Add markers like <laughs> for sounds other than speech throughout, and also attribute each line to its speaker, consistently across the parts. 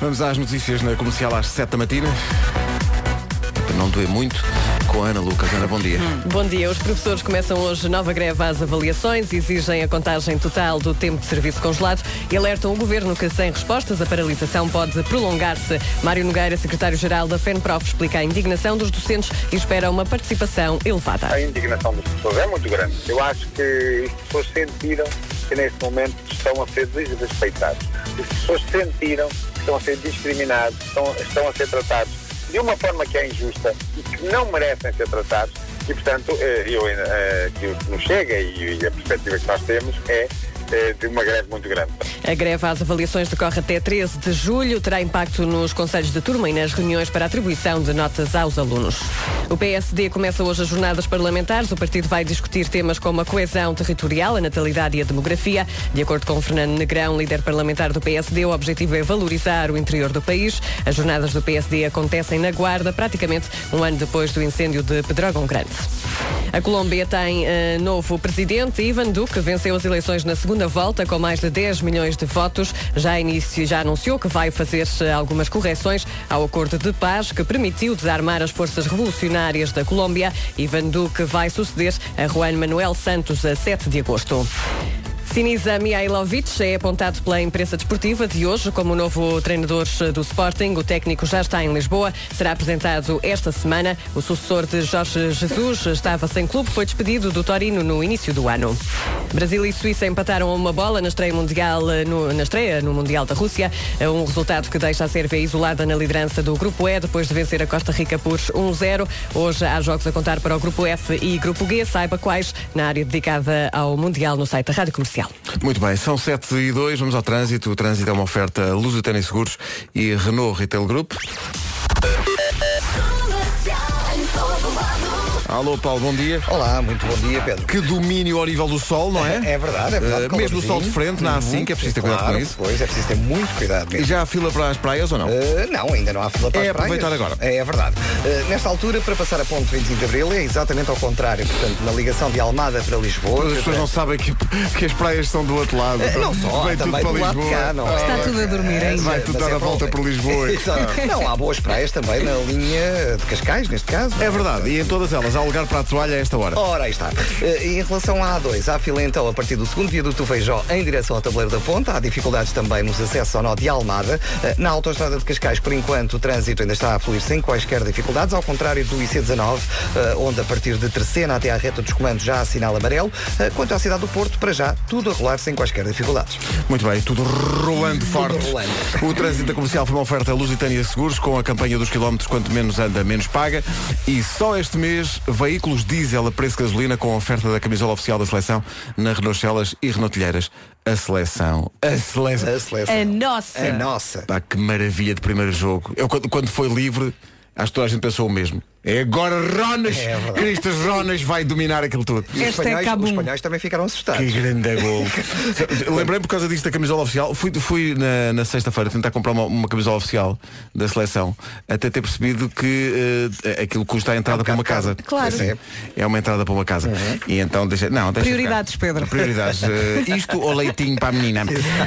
Speaker 1: Vamos às notícias na comercial às 7 da matina. Para não doer muito, com a Ana Lucas. Ana, bom dia.
Speaker 2: Hum.
Speaker 3: Bom dia. Os professores começam hoje nova greve às avaliações, exigem a contagem total do tempo de serviço congelado e alertam o governo que, sem respostas, a paralisação pode prolongar-se. Mário Nogueira, secretário-geral da FENPROF, explica a indignação dos docentes e espera uma participação elevada.
Speaker 4: A indignação das pessoas é muito grande. Eu acho que as pessoas sentiram que neste momento estão a ser desrespeitados. As pessoas sentiram que estão a ser discriminados, estão, estão a ser tratados de uma forma que é injusta e que não merecem ser tratados. E, portanto, eh, eu, eh, que o que nos chega e e a perspectiva que nós temos é eh, de uma greve muito grande.
Speaker 3: A greve às avaliações decorre até 13 de julho, terá impacto nos conselhos de turma e nas reuniões para atribuição de notas aos alunos. O PSD começa hoje as jornadas parlamentares. O partido vai discutir temas como a coesão territorial, a natalidade e a demografia. De acordo com Fernando Negrão, líder parlamentar do PSD, o objetivo é valorizar o interior do país. As jornadas do PSD acontecem na Guarda, praticamente um ano depois do incêndio de Pedrógão Grande. A Colômbia tem eh, novo presidente. Ivan Duque venceu as eleições na segunda volta com mais de 10 milhões de votos. Já, inicio, já anunciou que vai fazer eh, algumas correções ao acordo de paz que permitiu desarmar as forças revolucionárias da Colômbia. Ivan Duque vai suceder a Juan Manuel Santos a 7 de agosto. Sinisa Mihailovic é apontado pela imprensa desportiva de hoje como o novo treinador do Sporting. O técnico já está em Lisboa, será apresentado esta semana. O sucessor de Jorge Jesus estava sem clube, foi despedido do Torino no início do ano. Brasil e Suíça empataram a uma bola na estreia, mundial, eh, no- na estreia no Mundial da Rússia, É um resultado que deixa a Sérvia isolada na liderança do Grupo E, depois de vencer a Costa Rica por 1-0. Hoje há jogos a contar para o Grupo F e Grupo G, saiba quais, na área dedicada ao Mundial no site da Rádio Comercial.
Speaker 1: Muito bem, são 7 e 2, vamos ao trânsito. O trânsito é uma oferta Lusitânia Seguros e Renault Retail Group. Alô Paulo, bom dia.
Speaker 2: Olá, muito bom dia, Pedro.
Speaker 1: Que domínio ao nível do sol, não é?
Speaker 2: É verdade, é verdade.
Speaker 1: Eh, mesmo o sol de frente, na
Speaker 2: assim
Speaker 1: A5, é preciso ter cuidado com isso.
Speaker 2: Pois, é preciso ter muito cuidado
Speaker 1: E
Speaker 2: mesmo.
Speaker 1: já há fila para as praias ou não?
Speaker 2: Eh, não, ainda não há fila para
Speaker 1: É
Speaker 2: as praias.
Speaker 1: aproveitar agora.
Speaker 2: É, é verdade. Eh, nesta altura, para passar a ponte 25 de Abril, é exatamente ao contrário. Portanto, na ligação de Almada para Lisboa...
Speaker 1: As pessoas não sabem que, que as praias são do outro lado.
Speaker 2: Eh, não só,
Speaker 1: Vem tudo
Speaker 2: também
Speaker 1: para
Speaker 2: do lado de
Speaker 1: Lisboa.
Speaker 2: cá, não é?
Speaker 3: Está tudo a dormir ainda.
Speaker 1: Vai tudo
Speaker 2: Mas
Speaker 1: dar
Speaker 2: é
Speaker 1: a volta
Speaker 2: bom.
Speaker 1: por Lisboa.
Speaker 2: <laughs> Exato. Não, há boas praias também na linha de Cascais, neste caso.
Speaker 1: É verdade, e em todas elas há lugar para a toalha a esta hora.
Speaker 2: Ora, aí está. Eh, Em relação à A2, há fila então a partir do segundo viaduto do Feijó em direção ao Tabuleiro da Ponta. Há dificuldades também nos acessos ao nó de Almada. Eh, Na autoestrada de Cascais, por enquanto, o trânsito ainda está a fluir sem quaisquer dificuldades, ao contrário do IC19, eh, onde a partir de Terceira até à reta dos comandos já há sinal amarelo. Eh, Quanto à cidade do Porto, para já, tudo a rolar sem quaisquer dificuldades.
Speaker 1: Muito bem, tudo rolando forte.
Speaker 2: rolando.
Speaker 1: O trânsito da comercial foi uma oferta a Lusitânia Seguros com a campanha dos quilómetros quanto menos anda, menos paga. E só este mês, veículos diesel a preço de gasolina com a oferta da camisola oficial da seleção na Renault Celas e Renault Telheiras. A seleção. A seleção.
Speaker 2: A seleção.
Speaker 3: A nossa!
Speaker 1: É
Speaker 2: A nossa.
Speaker 1: Pá, que maravilha de primeiro jogo. Eu, quando, quando foi livre, acho que toda a gente pensou o mesmo. É agora Ronas,
Speaker 2: É verdade. É
Speaker 1: Cristas Ronas vai dominar aquilo tudo.
Speaker 2: E os
Speaker 3: Hashtag
Speaker 2: espanhóis,
Speaker 3: Cabum.
Speaker 2: os espanhóis também ficaram assustados.
Speaker 1: Que grande <laughs> gol. Lembrei por causa disto da camisola oficial. Fui, fui na, na sexta-feira tentar comprar uma, uma camisola oficial da seleção, até ter percebido que eh, aquilo custa a entrada para uma casa.
Speaker 3: Claro.
Speaker 1: Sim. É uma entrada para uma casa. E então deixa. Não, deixa
Speaker 3: Prioridades,
Speaker 1: ficar.
Speaker 3: Pedro.
Speaker 1: Prioridades. Eh, isto ou leitinho para a menina.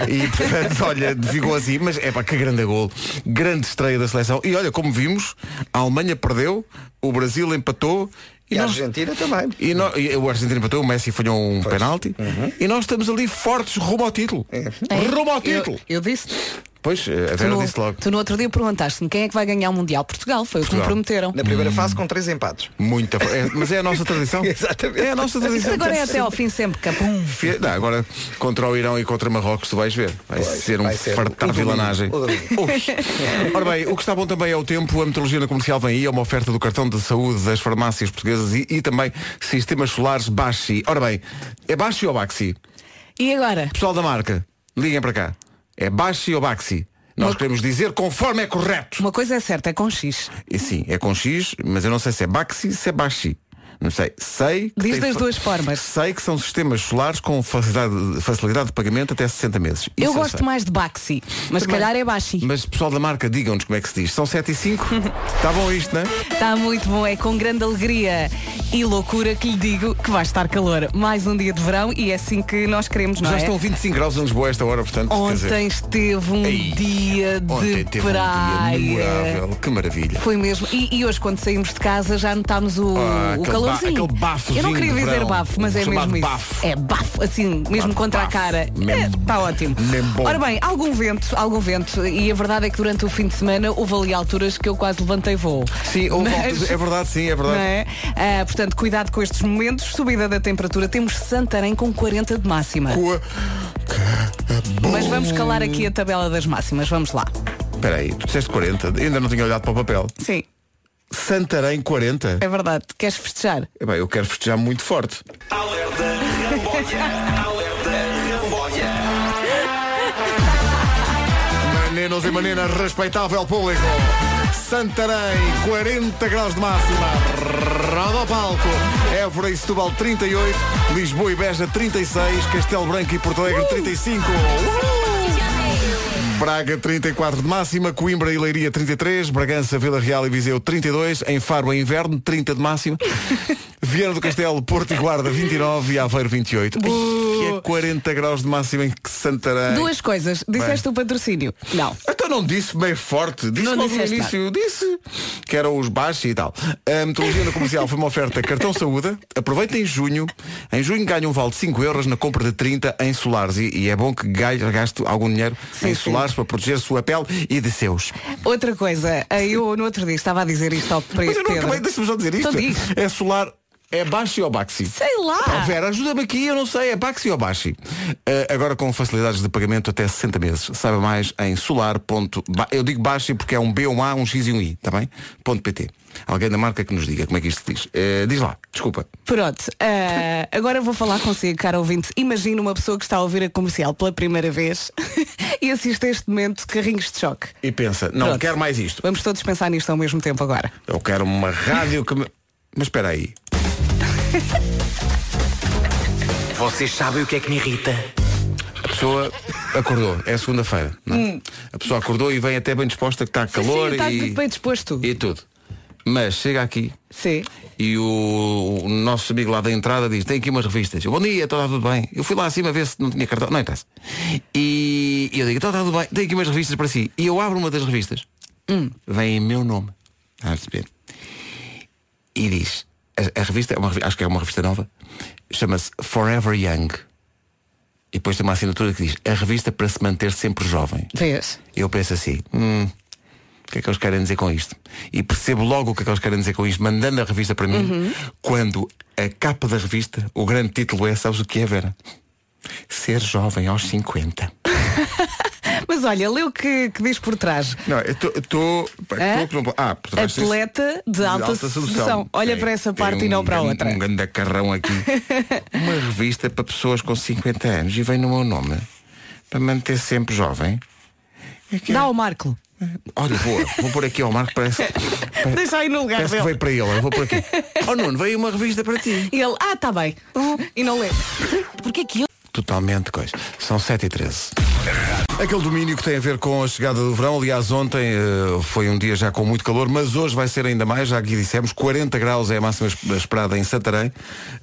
Speaker 1: E portanto, olha, ficou assim, mas é para que grande gol. Grande estreia da seleção. E olha, como vimos, a Alemanha perdeu, o Brasil empatou.
Speaker 2: E a
Speaker 1: nós-
Speaker 2: Argentina também.
Speaker 1: e, nó- e o Argentina empatou, o Messi falhou um penalti e nós estamos ali fortes rumo ao título. Rumo ao título.
Speaker 5: É. Eu, eu disse,
Speaker 1: É. Pois, eh, a
Speaker 5: tu
Speaker 1: Vera
Speaker 5: no,
Speaker 1: disse logo.
Speaker 5: tu no outro dia perguntaste-me quem é que vai ganhar o Mundial. Portugal, foi o
Speaker 1: Portugal.
Speaker 5: que me prometeram.
Speaker 2: Na primeira fase, com três empates.
Speaker 1: Muita fo- é, Mas é a nossa <laughs> tradição.
Speaker 2: Exatamente.
Speaker 1: É a nossa
Speaker 5: Isso
Speaker 1: tradição.
Speaker 5: agora é até ao fim sempre, capum.
Speaker 1: Fi- Não, agora contra o Irão e contra Marrocos tu vais ver. Vai ser um
Speaker 2: vai ser
Speaker 1: fartar
Speaker 2: o domínio,
Speaker 1: vilanagem.
Speaker 2: o domínio.
Speaker 1: Ui. <laughs> Ora bem, o que está bom também é o tempo, a meteorologia na comercial vem aí, é uma oferta do cartão de saúde das farmácias portuguesas e, e também sistemas solares Baxi. Ora bem, é Baxi ou Baxi?
Speaker 5: E agora?
Speaker 1: Pessoal da marca, liguem para cá. É Baxi ou Baxi? Nós queremos dizer conforme é correto.
Speaker 5: Uma coisa é certa, é com X.
Speaker 1: E sim, é com X, mas eu não sei se é Baxi, se é Baxi. Não sei. Sei. que
Speaker 3: Diz
Speaker 1: tem
Speaker 3: das
Speaker 1: fa-
Speaker 3: duas formas.
Speaker 1: Sei que são sistemas solares com facilidade, facilidade de pagamento até 60 meses. Isso
Speaker 3: Eu gosto
Speaker 1: sei.
Speaker 3: mais de Baxi, mas se
Speaker 1: é Também.
Speaker 3: calhar é Baxi.
Speaker 1: Mas pessoal da marca, digam-nos como é que se diz. São 7 e 5?
Speaker 3: <laughs>
Speaker 1: Está bom isto, não é?
Speaker 3: Está muito bom, é com grande alegria e loucura que lhe digo que vai estar calor. Mais um dia de verão e é assim que nós queremos, não
Speaker 1: Já
Speaker 3: é?
Speaker 1: estão 25 graus em Lisboa a esta hora, portanto. quer dizer,
Speaker 3: Ontem esteve um
Speaker 1: Ei,
Speaker 3: dia de
Speaker 1: ontem teve
Speaker 3: praia.
Speaker 1: um dia memorável. Que maravilha.
Speaker 3: Foi mesmo. E, e hoje, quando saímos de casa, já notámos o,
Speaker 1: Ah,
Speaker 3: o
Speaker 1: aquele ba-
Speaker 3: calorzinho.
Speaker 1: aquele bafozinho
Speaker 3: Eu não queria
Speaker 1: de
Speaker 3: dizer
Speaker 1: verão.
Speaker 3: bafo, mas é
Speaker 1: Chamado
Speaker 3: mesmo isso.
Speaker 1: bafo.
Speaker 3: É bafo, assim, mesmo contra
Speaker 1: bafo.
Speaker 3: a cara.
Speaker 1: Mesmo-
Speaker 3: Está ótimo.
Speaker 1: mesmo bom.
Speaker 3: Ora bem, algum vento, algum vento. E a verdade é que durante o fim de semana houve ali alturas que eu quase levantei voo.
Speaker 1: Sim, houve
Speaker 3: Mas-
Speaker 1: alturas- é verdade, sim, é
Speaker 3: Não
Speaker 1: verdade.
Speaker 3: é? Ah, portanto, cuidado com estes momentos. Subida da temperatura. Temos Santarém com 40 de máxima.
Speaker 1: Rua.
Speaker 3: Mas vamos calar aqui a tabela das máximas. Vamos lá.
Speaker 1: Espera aí, tu disseste 40, ainda não tinha olhado para o papel.
Speaker 3: Sim,
Speaker 1: Santarém 40.
Speaker 3: é verdade. Queres festejar?
Speaker 1: É bem, eu quero festejar muito forte. Meninos e meninas, respeitável público. Santarém, 40 graus de máxima. Roda ao palco. Évora e Setúbal, 38. Lisboa e Beja, 36. Castelo Branco e Porto Alegre, 35. Braga 34 de máxima, Coimbra e Leiria 33, Bragança, Vila Real e Viseu 32, em Faro em inverno 30 de máxima, Viana do Castelo, Porto e Guarda 29 e Aveiro 28. Ai, que é 40 graus de máxima em que Santarém.
Speaker 3: Duas coisas. Disseste o patrocínio? Não.
Speaker 1: Então não disse bem forte, disse
Speaker 3: Não
Speaker 1: logo no
Speaker 3: disseste
Speaker 1: início, disse que eram os baixos e tal. A metodologia no comercial foi uma oferta cartão saúde, aproveita em junho, em junho ganha um vale de 5 euros na compra de 30 em solares e, e é bom que gaste, gaste algum dinheiro
Speaker 3: Sim,
Speaker 1: em
Speaker 3: sim.
Speaker 1: solares para proteger a sua pele e de seus.
Speaker 3: Outra coisa, eh, eu no outro dia estava a dizer isto ao Pedro.
Speaker 1: Mas eu não acabei, deixa-me só dizer isto.
Speaker 3: Então diz.
Speaker 1: É solar, é baixo ou baxi?
Speaker 3: Sei lá.
Speaker 1: Pá, Oh, Vera, ajuda-me aqui, eu não sei, é Baxi ou Baxi? Eh, agora com facilidades de pagamento até 60 meses. Saiba mais em solar.ba. Eu digo Baxi porque é um B, um A, um X e um I, está bem? Ponto .pt. Alguém da marca que nos diga como é que isto se diz. Eh, diz lá, desculpa.
Speaker 3: Pronto, eh, agora vou falar consigo, cara ouvinte. Imagina uma pessoa que está a ouvir a comercial pela primeira vez <laughs> e assiste a este momento de carrinhos de choque.
Speaker 1: E pensa, não
Speaker 3: Pronto.
Speaker 1: quero mais isto.
Speaker 3: Vamos todos pensar nisto ao mesmo tempo agora.
Speaker 1: Eu quero uma rádio que me. Mas espera aí.
Speaker 6: Vocês sabem o que é que me irrita?
Speaker 1: A pessoa acordou, é segunda-feira. não é? A pessoa acordou e vem até bem disposta que está calor
Speaker 3: Hum. Sim, está
Speaker 1: e.
Speaker 3: bem disposto.
Speaker 1: e tudo. Mas chega aqui
Speaker 3: Sim.
Speaker 1: e o, o nosso amigo lá da entrada diz, tem aqui umas revistas. Eu, bom dia, então está tudo bem. Eu fui lá acima ver se não tinha cartão. Não interessa. E, e eu digo, então está tudo bem, tem aqui umas revistas para si. E eu abro uma das revistas. Vem em meu nome. A perceber. E diz, a, a revista, é uma revi- acho que é uma revista nova, chama-se Forever Young. E depois tem uma assinatura que diz, a revista para se manter sempre jovem.
Speaker 3: Vês?
Speaker 1: Eu penso assim, hum, o que é que eles querem dizer com isto? E percebo logo o que é que eles querem dizer com isto, mandando a revista para mim,
Speaker 3: Uhum.
Speaker 1: quando a capa da revista, o grande título é, sabes o que é, Vera? Ser jovem aos 50.
Speaker 3: Mas olha, lê o que, que diz por trás.
Speaker 1: Não, eu estou.
Speaker 3: Hã?
Speaker 1: Ah, por trás disso-
Speaker 3: É Atleta de alta, sedução. Olha
Speaker 1: Tem-
Speaker 3: para essa
Speaker 1: tem
Speaker 3: parte e
Speaker 1: um
Speaker 3: não para a
Speaker 1: grande-
Speaker 3: outra.
Speaker 1: Um grande carrão
Speaker 3: <laughs>
Speaker 1: aqui. Uma revista para pessoas com 50 anos e vem no meu nome para manter sempre jovem. É que-
Speaker 3: Dá ao Marco.
Speaker 1: Olha, boa, vou pôr aqui ao Marco,
Speaker 3: <laughs>
Speaker 1: parece,
Speaker 3: Deixa aí no lugar
Speaker 1: Parece que
Speaker 3: dele.
Speaker 1: veio para ele, eu vou por aqui. <laughs> Oh Nuno, veio uma revista para ti.
Speaker 3: E ele, ah, tá bem.
Speaker 1: Uhum.
Speaker 3: E não lê. Porquê é que eu.
Speaker 1: Totalmente coisa. São 7 e 13. Aquele domínio que tem a ver com a chegada do verão, aliás, ontem eh, foi um dia já com muito calor, mas hoje vai ser ainda mais, já aqui dissemos, 40 graus é a máxima es- esperada em Santarém.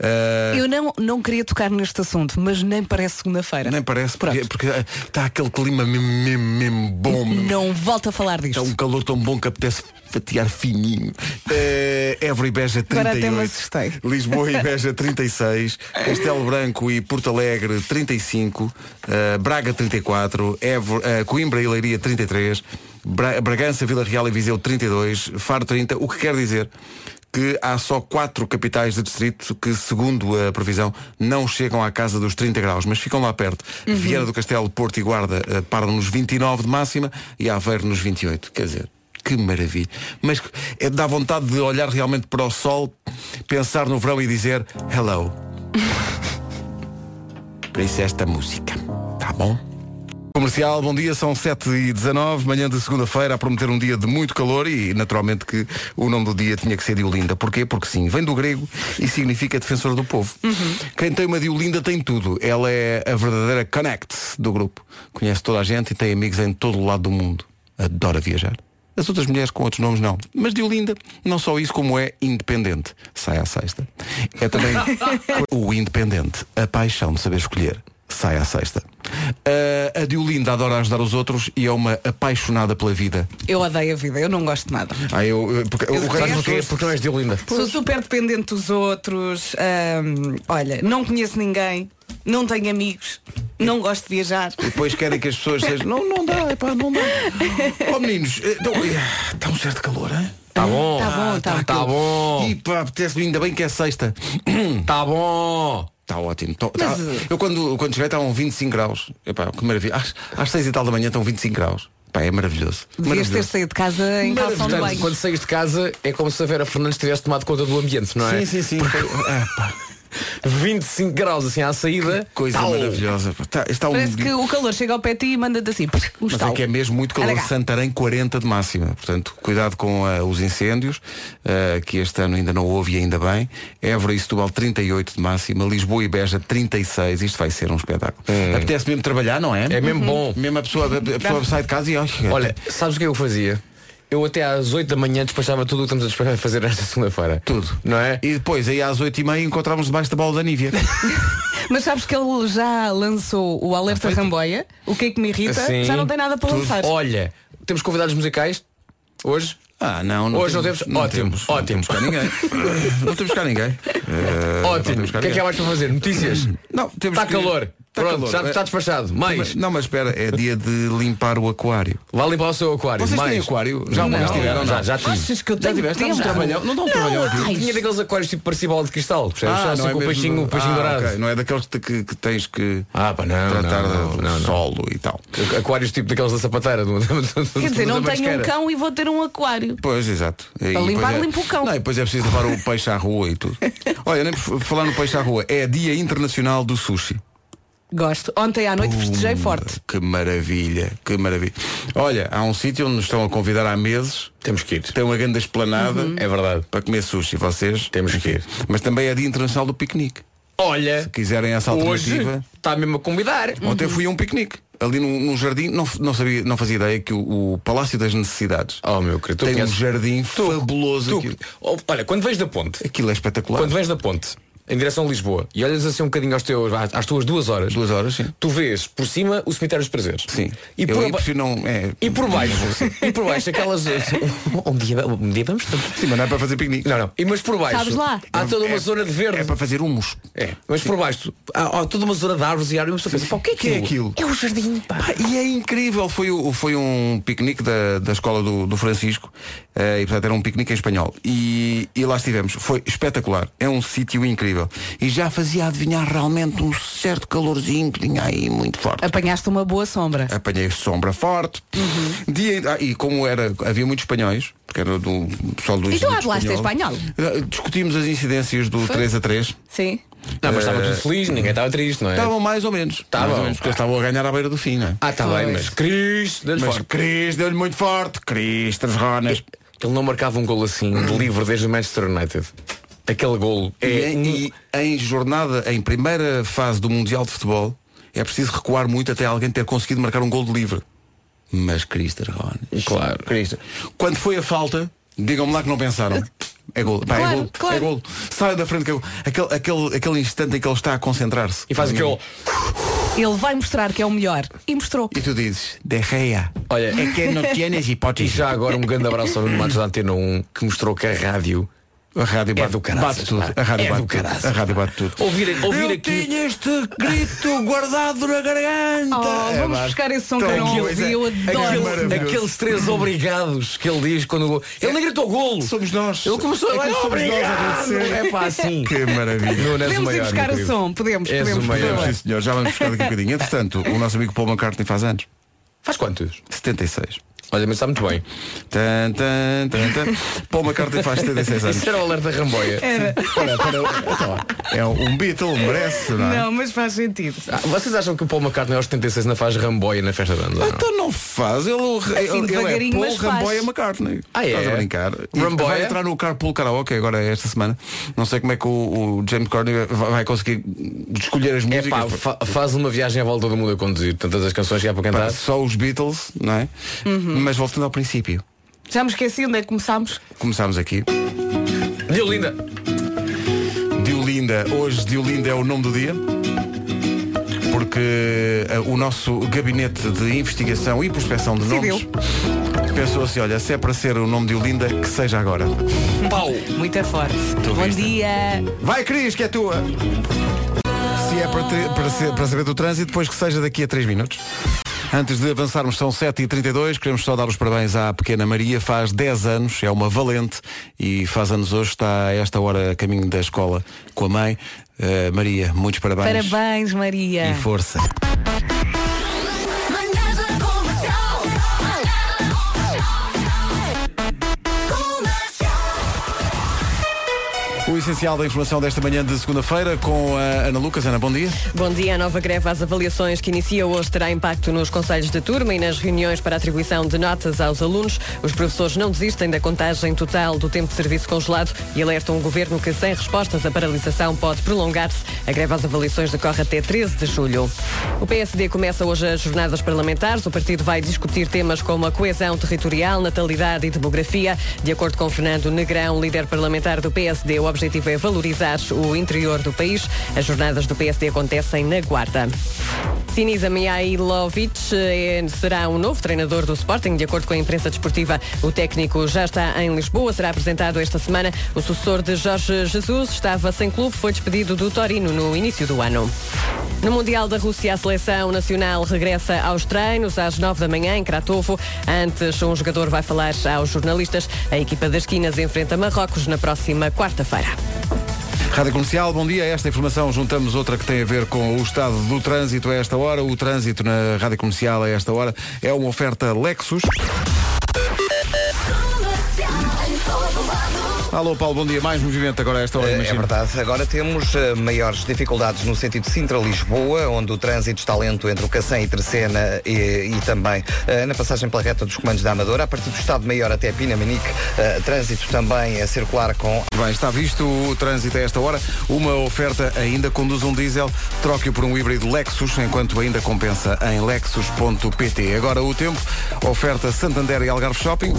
Speaker 1: Eh,
Speaker 3: Eu não, não queria tocar neste assunto, mas nem parece segunda-feira.
Speaker 1: nem parece,
Speaker 3: Pronto.
Speaker 1: porque, porque, eh, está aquele clima mesmo, mesmo, mesmo bom. mesmo.
Speaker 3: Não volto a falar disto.
Speaker 1: Está um calor tão bom que apetece fatiar fininho. Eh, Évora e Beja
Speaker 3: Agora até
Speaker 1: 38.
Speaker 3: me assustei.
Speaker 1: Lisboa e Beja 36. Castelo Branco e Porto Alegre 35. eh, Braga 34. Évora, eh, Coimbra e Leiria 33. Bra- Bragança, Vila Real e Viseu 32. Faro 30. O que quer dizer que há só quatro capitais de distrito que, segundo a previsão, não chegam à casa dos 30 graus, mas ficam lá perto. Vieira do Castelo, Porto e Guarda eh, param nos 29 de máxima e Aveiro nos 28. Quer dizer, que maravilha. Mas é, dá vontade de olhar realmente para o sol, pensar no verão e dizer <laughs> é hello. Por isso esta música. Tá bom? Comercial, bom dia, são 7h19, manhã de segunda-feira, a prometer um dia de muito calor e naturalmente que o nome do dia tinha que ser Diolinda. Porquê? Porque sim, vem do grego e significa defensora do povo. Quem tem uma Diolinda tem tudo. Ela é a verdadeira connect do grupo. Conhece toda a gente e tem amigos em todo o lado do mundo. Adora viajar. As outras mulheres com outros nomes não. Mas Diolinda, não só isso como é independente. Sai à sexta. É também o independente, a paixão de saber escolher sai à sexta. Ah, a Diolinda adora ajudar os outros e é uma apaixonada pela vida.
Speaker 3: Eu odeio a vida, eu não gosto de nada.
Speaker 1: Ah, eu, eu- porque, o
Speaker 3: detesto.
Speaker 1: Renato
Speaker 3: Porque-
Speaker 1: porque não és Diolinda.
Speaker 3: Sou super dependente dos outros. ahm, olha, não conheço ninguém, não tenho amigos, não gosto de viajar. Tá
Speaker 1: Depois querem que as pessoas sejam. Não, não dá, epá, não dá. Ó meninos, eh, está um certo calor, hein?
Speaker 7: Tá bom.
Speaker 3: Tá
Speaker 1: Ah,
Speaker 3: bom, tá.
Speaker 7: Tá bom.
Speaker 1: E pá, apetece ainda bem que é sexta.
Speaker 7: Tá bom.
Speaker 1: Está ótimo. Tô- tá- Eu quando, quando cheguei estavam 25 graus. Epá, que maravilha. Às, às 6 e tal da manhã estão 25 graus. Pá, é maravilhoso.
Speaker 3: Devias ter
Speaker 1: Maravilhoso.
Speaker 3: saído de casa em calção de
Speaker 7: Portanto,
Speaker 3: banho.
Speaker 7: quando saís de casa é como se a Vera Fernandes tivesse tomado conta do ambiente, não é?
Speaker 1: Sim, sim, sim. <laughs> Epá,
Speaker 7: 25 graus assim à saída.
Speaker 1: coisa
Speaker 7: Pau.
Speaker 1: maravilhosa. pá. Tá- está um
Speaker 3: Parece
Speaker 1: dia-
Speaker 3: que o calor chega ao pé de ti e manda-te assim. Um
Speaker 1: Mas é
Speaker 3: estalo.
Speaker 1: que é mesmo muito calor.
Speaker 3: Aragá.
Speaker 1: Santarém 40 de máxima. Portanto, cuidado com ah, os incêndios, ah, que este ano ainda não houve e ainda bem. Évora e Setúbal 38 de máxima. Lisboa e Beja 36. Isto vai ser um espetáculo. Apetece mesmo trabalhar, não é?
Speaker 7: É mesmo
Speaker 3: Uhum.
Speaker 7: bom.
Speaker 1: Mesmo a pessoa, a pessoa sai de casa e olha.
Speaker 7: Olha, sabes o que eu fazia? Eu até às 8 da manhã despachava tudo o que estamos a <laughs> despachar- fazer nesta segunda-feira.
Speaker 1: tudo.
Speaker 7: Não é?
Speaker 1: E depois, aí às 8h30, encontramos debaixo da bola da
Speaker 7: <laughs>
Speaker 1: Nívia.
Speaker 3: Mas sabes que ele já lançou o alerta Ramboia? O que é que me irrita?
Speaker 7: Sim.
Speaker 3: já não tem nada para
Speaker 7: Tudo.
Speaker 3: lançar.
Speaker 7: Olha, temos convidados musicais hoje?
Speaker 1: Ah, não, não
Speaker 7: Hoje não temos? Ótimo,
Speaker 1: não
Speaker 7: ótimo.
Speaker 1: temos cá ninguém. não temos cá ninguém. Eh, não
Speaker 7: <laughs> Ótimo.
Speaker 1: temos cá
Speaker 7: O que é que
Speaker 1: ninguém.
Speaker 7: há mais para fazer? Notícias?
Speaker 1: Não, temos
Speaker 7: Está
Speaker 1: que-
Speaker 7: calor.
Speaker 1: Tá
Speaker 7: Pronto,
Speaker 1: calor. Eh,
Speaker 7: já está despachado. Mais.
Speaker 1: Não, mas espera, é dia de limpar o aquário.
Speaker 7: Vá limpar o seu aquário.
Speaker 1: Vocês
Speaker 7: mais.
Speaker 1: têm aquário? Já alguma vez tiveram?
Speaker 7: Já,
Speaker 1: Não.
Speaker 7: já tive.
Speaker 3: Achas que eu tenho
Speaker 1: tiveste? Dá-me um
Speaker 3: tempo?
Speaker 1: trabalhão. Não dá um trabalhão aqui.
Speaker 7: Tinha daqueles aquários tipo parecia bola de cristal, percebes? Só assim com o
Speaker 1: Ah, mesmo-
Speaker 7: peixinho, o peixinho
Speaker 1: Ah,
Speaker 7: dourado.
Speaker 1: ok, Não é daqueles que, que- que tens que
Speaker 7: Ah, pá, não,
Speaker 1: tratar
Speaker 7: não, não,
Speaker 1: do
Speaker 7: não, não.
Speaker 1: solo e tal.
Speaker 7: Aquários tipo daqueles da sapateira. do- <laughs> do- do-
Speaker 3: Quer dizer,
Speaker 7: da
Speaker 3: não tenho um
Speaker 7: mascara.
Speaker 3: cão e vou ter um aquário.
Speaker 1: Pois, exato. E depois
Speaker 3: limpar,
Speaker 1: é...
Speaker 3: limpa o cão.
Speaker 1: Não, e depois é preciso levar
Speaker 3: <laughs>
Speaker 1: o peixe à rua e tudo. Olha, nem por falar no peixe à rua, é Dia Internacional do Sushi. Hum,
Speaker 3: Gosto. Ontem à noite festejei É forte.
Speaker 1: Que maravilha, que maravilha. Olha, há um sítio onde nos estão a convidar há meses,
Speaker 7: Temos que ir.
Speaker 1: tem uma grande esplanada
Speaker 7: É verdade.
Speaker 1: para comer sushi. Vocês
Speaker 7: Temos que ir.
Speaker 1: Mas também é Dia Internacional do Piquenique.
Speaker 7: Olha,
Speaker 1: Quiserem essa
Speaker 7: hoje Uhum.
Speaker 1: alternativa.
Speaker 7: está mesmo a convidar.
Speaker 1: Ontem fui a um piquenique. Ali num, num jardim, não, f- não, sabia, não fazia ideia que o, o Palácio das Necessidades
Speaker 7: Oh meu querido, tu
Speaker 1: tem um
Speaker 7: conheces-
Speaker 1: jardim fabuloso.
Speaker 7: tu-
Speaker 1: aquilo.
Speaker 7: Oh, Olha, quando vens da ponte,
Speaker 1: Aquilo é espetacular.
Speaker 7: quando vens da ponte, em direção a Lisboa, e olhas assim um bocadinho aos teus, às às tuas duas horas,
Speaker 1: Duas horas, sim.
Speaker 7: tu vês por cima o cemitério dos prazeres.
Speaker 1: Sim.
Speaker 7: E
Speaker 1: Eu
Speaker 7: por,
Speaker 1: aí
Speaker 7: aba-
Speaker 1: prefiro não. É...
Speaker 7: e por baixo, e por
Speaker 1: <laughs>
Speaker 7: baixo aquelas. um, dia, um dia vamos todos.
Speaker 1: Sim, mas não é para fazer piquenique.
Speaker 7: Não, não. E mas por baixo
Speaker 3: Sabes lá?
Speaker 7: há toda uma
Speaker 1: É-
Speaker 7: zona de verde.
Speaker 1: É para fazer humus.
Speaker 7: É, mas por baixo há, há toda uma zona de árvores e árvores. e Uma pessoa pensa, pá, o que é que é aquilo?
Speaker 1: É um jardim. e é incrível. Foi, o- foi um piquenique da, da escola do, do Francisco. eh, e portanto era um piquenique em espanhol. E, e lá estivemos. Foi espetacular. É um sítio incrível. E já fazia adivinhar realmente um certo calorzinho que tinha aí muito forte.
Speaker 3: Apanhaste uma boa sombra.
Speaker 1: Apanhei sombra forte.
Speaker 3: Uhum.
Speaker 1: Dia, ah, e como era, havia muitos espanhóis, porque era do pessoal do
Speaker 3: E tu
Speaker 1: Instituto
Speaker 3: hablaste
Speaker 1: Eh, Discutimos as incidências do 3 a Eh, 3.
Speaker 3: Sim.
Speaker 7: Não, mas estava
Speaker 1: É.
Speaker 7: tudo feliz, ninguém estava triste, não é?
Speaker 1: Estavam mais ou menos.
Speaker 7: Estavam.
Speaker 1: Mais ou menos, porque eles estavam a ganhar à beira do fim, não é?
Speaker 7: Ah, está bem,
Speaker 3: Pois.
Speaker 7: mas Cris, dá-lhe
Speaker 1: Mas
Speaker 7: forte.
Speaker 1: Cris deu-lhe muito forte. Cris, três ronas.
Speaker 7: Ele não marcava um gol assim, de livre desde o Manchester United. Aquele gol é.
Speaker 1: Hum. E, em- e um- em jornada, em primeira fase do Mundial de Futebol, é preciso recuar muito até alguém ter conseguido marcar um gol de livre. Mas Cris Rones.
Speaker 7: Claro.
Speaker 1: Cris. Quando foi a falta, digam-me lá que não pensaram. É gol. Pá, é
Speaker 3: Claro,
Speaker 1: gol.
Speaker 3: claro.
Speaker 1: É gol. Sai da frente que é gol. Aquele, aquele, aquele instante em que ele está a concentrar-se.
Speaker 7: E faz aquele.
Speaker 3: Ele vai mostrar que é o melhor. E mostrou.
Speaker 1: E tu dizes, de Gea.
Speaker 7: Olha.
Speaker 1: é que não
Speaker 7: <laughs>
Speaker 1: tienes
Speaker 7: E
Speaker 1: hipóteses.
Speaker 7: já agora um grande abraço ao Nuno Matos da Antena 1 que mostrou que a rádio.
Speaker 1: A rádio bate,
Speaker 7: É do caraças,
Speaker 1: bate tudo.
Speaker 7: pá.
Speaker 1: A rádio
Speaker 7: É
Speaker 1: bate
Speaker 7: do
Speaker 1: tudo.
Speaker 7: caraças.
Speaker 1: A rádio bate tudo.
Speaker 7: Ouvir, ouvir aqui.
Speaker 1: este grito
Speaker 7: <laughs>
Speaker 1: guardado na garganta. É,
Speaker 3: Oh, vamos buscar esse som que eu não ouvi. Eu adoro.
Speaker 7: Aquele, aqueles três obrigados que ele diz quando. o gol- Ele nem gritou golo.
Speaker 1: Somos nós.
Speaker 7: Ele começou
Speaker 1: É
Speaker 7: a
Speaker 1: que
Speaker 7: "Olha,
Speaker 1: somos nós a
Speaker 7: obrigado!"
Speaker 1: agradecer.
Speaker 7: É pá, assim.
Speaker 1: Que maravilha.
Speaker 7: Nuno, és o
Speaker 3: Podemos ir
Speaker 7: maior,
Speaker 3: buscar
Speaker 7: meu
Speaker 3: o
Speaker 7: querido.
Speaker 3: som. Podemos,
Speaker 7: És
Speaker 3: podemos.
Speaker 7: o maior.
Speaker 3: podemos.
Speaker 1: Sim, senhor, já vamos buscar daqui a bocadinho. Entretanto, o nosso amigo Paul McCartney faz anos.
Speaker 7: Faz quantos?
Speaker 1: 76.
Speaker 7: Olha, mas está muito bem.
Speaker 1: Tan, tan, tan, tan. Paul McCartney faz 76 anos.
Speaker 7: Isso é- era o alerta Ramboia.
Speaker 3: Era.
Speaker 1: Ora, para, então, lá, é um Beatle, merece, não é?
Speaker 3: Não, mas faz sentido.
Speaker 7: Ah, vocês acham que o Paul McCartney aos 76 ainda faz Ramboia na festa de anos? ou não?
Speaker 1: Então não faz, ele, ele, ele é
Speaker 3: Assim, devagarinho,
Speaker 1: Paul
Speaker 3: mas faz.
Speaker 1: Ramboia McCartney.
Speaker 7: Ah, é?
Speaker 1: Estás a brincar. E
Speaker 7: Ramboia?
Speaker 1: Vai entrar no Carpool Karaoke agora esta semana. Não sei como é que o, o James Corden vai vai conseguir escolher as
Speaker 7: É
Speaker 1: músicas.
Speaker 7: pá, fa- faz uma viagem à volta do mundo a conduzir. Tantas as canções que há para
Speaker 1: Pá,
Speaker 7: cantar.
Speaker 1: só os Beatles, não é?
Speaker 3: Uhum.
Speaker 1: Mas voltando ao princípio.
Speaker 3: Já me esqueci onde é que começámos.
Speaker 1: Começámos aqui.
Speaker 7: Deu linda.
Speaker 1: Diolinda, hoje Diolinda é o nome do dia. Porque eh, o nosso gabinete de investigação e prospeção de
Speaker 3: Decidiu.
Speaker 1: nomes pensou assim, olha, se é para ser o nome de Olinda, que seja agora.
Speaker 7: Pau.
Speaker 3: Muito é forte.
Speaker 1: Tu
Speaker 3: Bom
Speaker 1: viste?
Speaker 3: dia.
Speaker 1: Vai Cris, que é tua! Se é para, ter- para ser- para saber do trânsito, depois que seja daqui a 3 minutos. Antes de avançarmos, são 7h32, queremos só dar os parabéns à pequena Maria, faz 10 anos, é uma valente e faz anos hoje, está a esta hora a caminho da escola com a mãe. Eh, Maria, muitos
Speaker 3: Parabéns, Maria.
Speaker 1: e força. O essencial da informação desta manhã de segunda-feira com a Ana Lucas. Ana, bom dia.
Speaker 8: Bom dia. A nova greve às avaliações que inicia hoje terá impacto nos conselhos de turma e nas reuniões para atribuição de notas aos alunos. Os professores não desistem da contagem total do tempo de serviço congelado e alertam o governo que, sem respostas, a paralisação pode prolongar-se. A greve às avaliações decorre até 13 de julho. O PSD começa hoje as jornadas parlamentares. O partido vai discutir temas como a coesão territorial, natalidade e demografia. De acordo com Fernando Negrão, líder parlamentar do PSD, o objetivo é valorizar o interior do país. As jornadas do PSD acontecem na Guarda. Sinisa Mihailovic eh, será o novo treinador do Sporting, de acordo com a imprensa desportiva. O técnico já está em Lisboa, será apresentado esta semana. O sucessor de Jorge Jesus estava sem clube, foi despedido do Torino no início do ano. No Mundial da Rússia, a seleção nacional regressa aos treinos às 9 da manhã em Kratovo. Antes, um jogador vai falar aos jornalistas. A equipa das Quinas enfrenta Marrocos na próxima quarta-feira.
Speaker 1: Rádio Comercial, bom dia. A esta informação juntamos outra que tem a ver com o estado do trânsito a esta hora. O trânsito na Rádio Comercial a esta hora é uma oferta Lexus. Alô Paulo, bom dia. Mais movimento agora a esta hora,
Speaker 2: É, É
Speaker 1: imagino.
Speaker 2: verdade. Agora temos eh, maiores dificuldades no sentido de Sintra-Lisboa, onde o trânsito está lento entre o Cacém e Terceira e, e também eh, na passagem pela reta dos comandos da Amadora. A partir do Estado Maior até Pinamanique, eh, trânsito também a circular com
Speaker 1: Bem, está visto o trânsito a esta hora. Uma oferta ainda conduz um diesel, troque-o por um híbrido Lexus, enquanto ainda compensa em lexus.pt. Agora o tempo, oferta Santander e Algarve Shopping.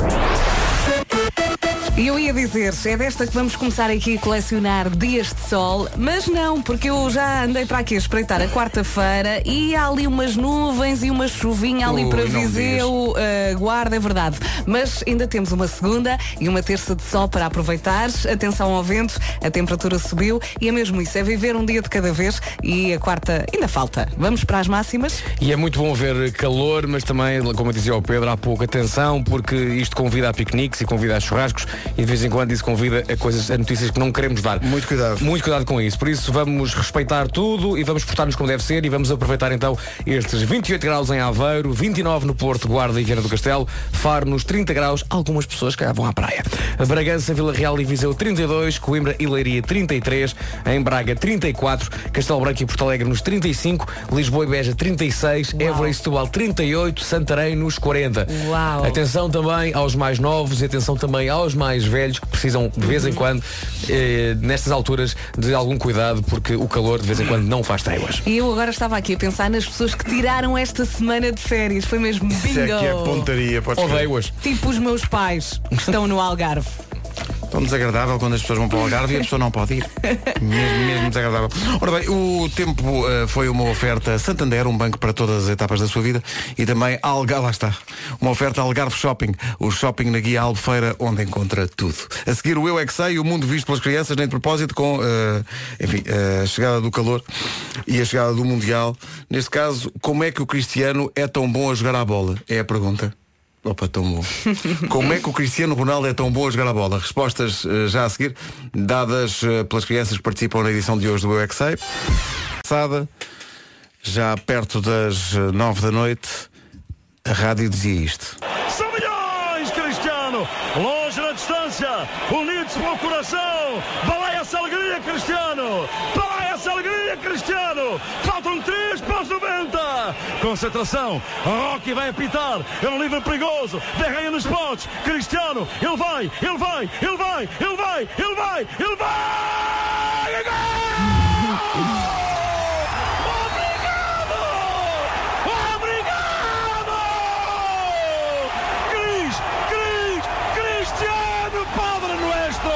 Speaker 3: E eu ia dizer, é desta que vamos começar aqui a colecionar dias de sol, mas não, porque eu já andei para aqui a espreitar a quarta-feira e há ali umas nuvens e uma chuvinha ali
Speaker 1: Ui,
Speaker 3: para
Speaker 1: não me
Speaker 3: Viseu, eh, Guarda, é verdade. Mas ainda temos uma segunda e uma terça de sol para aproveitar. Atenção ao vento, a temperatura subiu e é mesmo isso, é viver um dia de cada vez e a quarta ainda falta. Vamos para as máximas?
Speaker 7: E é muito bom ver calor, mas também, como eu dizia ao Pedro há pouco, atenção, porque isto convida a piqueniques e convida a churrascos e de vez em quando isso convida a coisas, a notícias que não queremos dar.
Speaker 1: Muito cuidado.
Speaker 7: Muito cuidado com isso. Por isso vamos respeitar tudo e vamos portar-nos como deve ser e vamos aproveitar então estes 28 graus em Aveiro, 29 no Porto, Guarda e Viana do Castelo, Faro nos 30 graus, algumas pessoas que vão à praia. Bragança, Vila Real e Viseu 32, Coimbra e Leiria 33, em Braga 34, Castelo Branco e Porto Alegre nos 35, Lisboa e Beja 36, Évora e Setúbal 38, Santarém nos 40.
Speaker 8: Uau.
Speaker 7: Atenção também aos mais novos e atenção também aos mais velhos que precisam de vez em quando, eh, nestas alturas, de algum cuidado porque o calor de vez em quando não faz tréguas.
Speaker 3: E eu agora estava aqui a pensar nas pessoas que tiraram esta semana de férias. Foi mesmo bingo!
Speaker 1: Se é que é pontaria, pode ser.
Speaker 7: Odeio-as.
Speaker 3: Tipo os meus pais que estão no Algarve.
Speaker 1: Tão desagradável quando as pessoas vão para o Algarve e a pessoa não pode ir. Mesmo, mesmo desagradável. Ora bem, o tempo eh, foi uma oferta Santander, um banco para todas as etapas da sua vida, e também Algarve, lá está, uma oferta Algarve Shopping, o shopping na Guia Albufeira, onde encontra tudo. A seguir o Eu É Que Sei, o mundo visto pelas crianças, nem de propósito, com eh, enfim, eh, a chegada do calor e a chegada do Mundial. Neste caso, como é que o Cristiano é tão bom a jogar à bola? É a pergunta. Opa, tão <laughs> bom. Como é que o Cristiano Ronaldo é tão bom a jogar a bola? Respostas eh, já a seguir, dadas eh, pelas crianças que participam na edição de hoje do Eu É Sei. Passada, já perto das eh, nove da noite, a rádio dizia isto.
Speaker 9: Somebody longe na distância, unidos pelo coração. Balaia essa alegria, Cristiano! Balaia essa alegria, Cristiano! Faltam 3 para os 90! Concentração, Rocky vai apitar, é um livre perigoso, derreia nos pontos. Cristiano, ele vai, ele vai, ele vai, ele vai, ele vai, ele vai! E gol! Obrigado! Obrigado! Cris, Cris, Cristiano Padre Nuestro!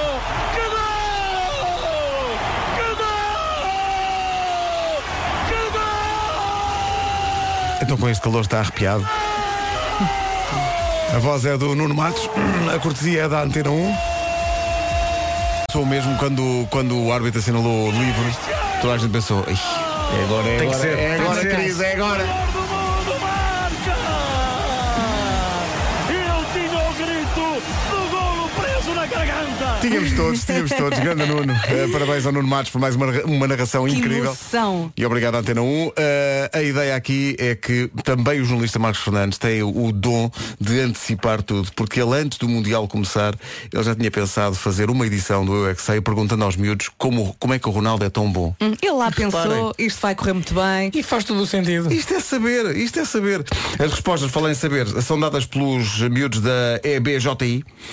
Speaker 9: Que gol! Que gol! Que gol!
Speaker 1: Então com este calor está arrepiado. A voz é do Nuno Matos, <clears throat> a cortesia é da Antena 1. Sou mesmo quando, quando o árbitro assinalou o livro, toda a gente pensou, "Ih, é agora, é agora, é agora, Cris, é agora.
Speaker 9: Melhor do mundo marca! Eu tinha o grito do golo preso na garganta!
Speaker 1: Tínhamos todos, tínhamos todos. Grande Nuno. Eh, parabéns ao Nuno Matos por mais uma, narra- uma narração
Speaker 3: Que
Speaker 1: incrível.
Speaker 3: emoção.
Speaker 1: E obrigado à Antena 1. Eh, a ideia aqui é que também o jornalista Marcos Fernandes tem o dom de antecipar tudo, porque ele antes do Mundial começar, ele já tinha pensado fazer uma edição do Eu é Que Sei, perguntando aos miúdos como, como é que o Ronaldo é tão bom.
Speaker 3: Hum, Ele lá
Speaker 1: Reparem.
Speaker 3: pensou, isto vai correr muito bem.
Speaker 7: E faz todo o sentido.
Speaker 1: Isto é saber, isto é saber. As respostas, falem saber, são dadas pelos miúdos da EBJI,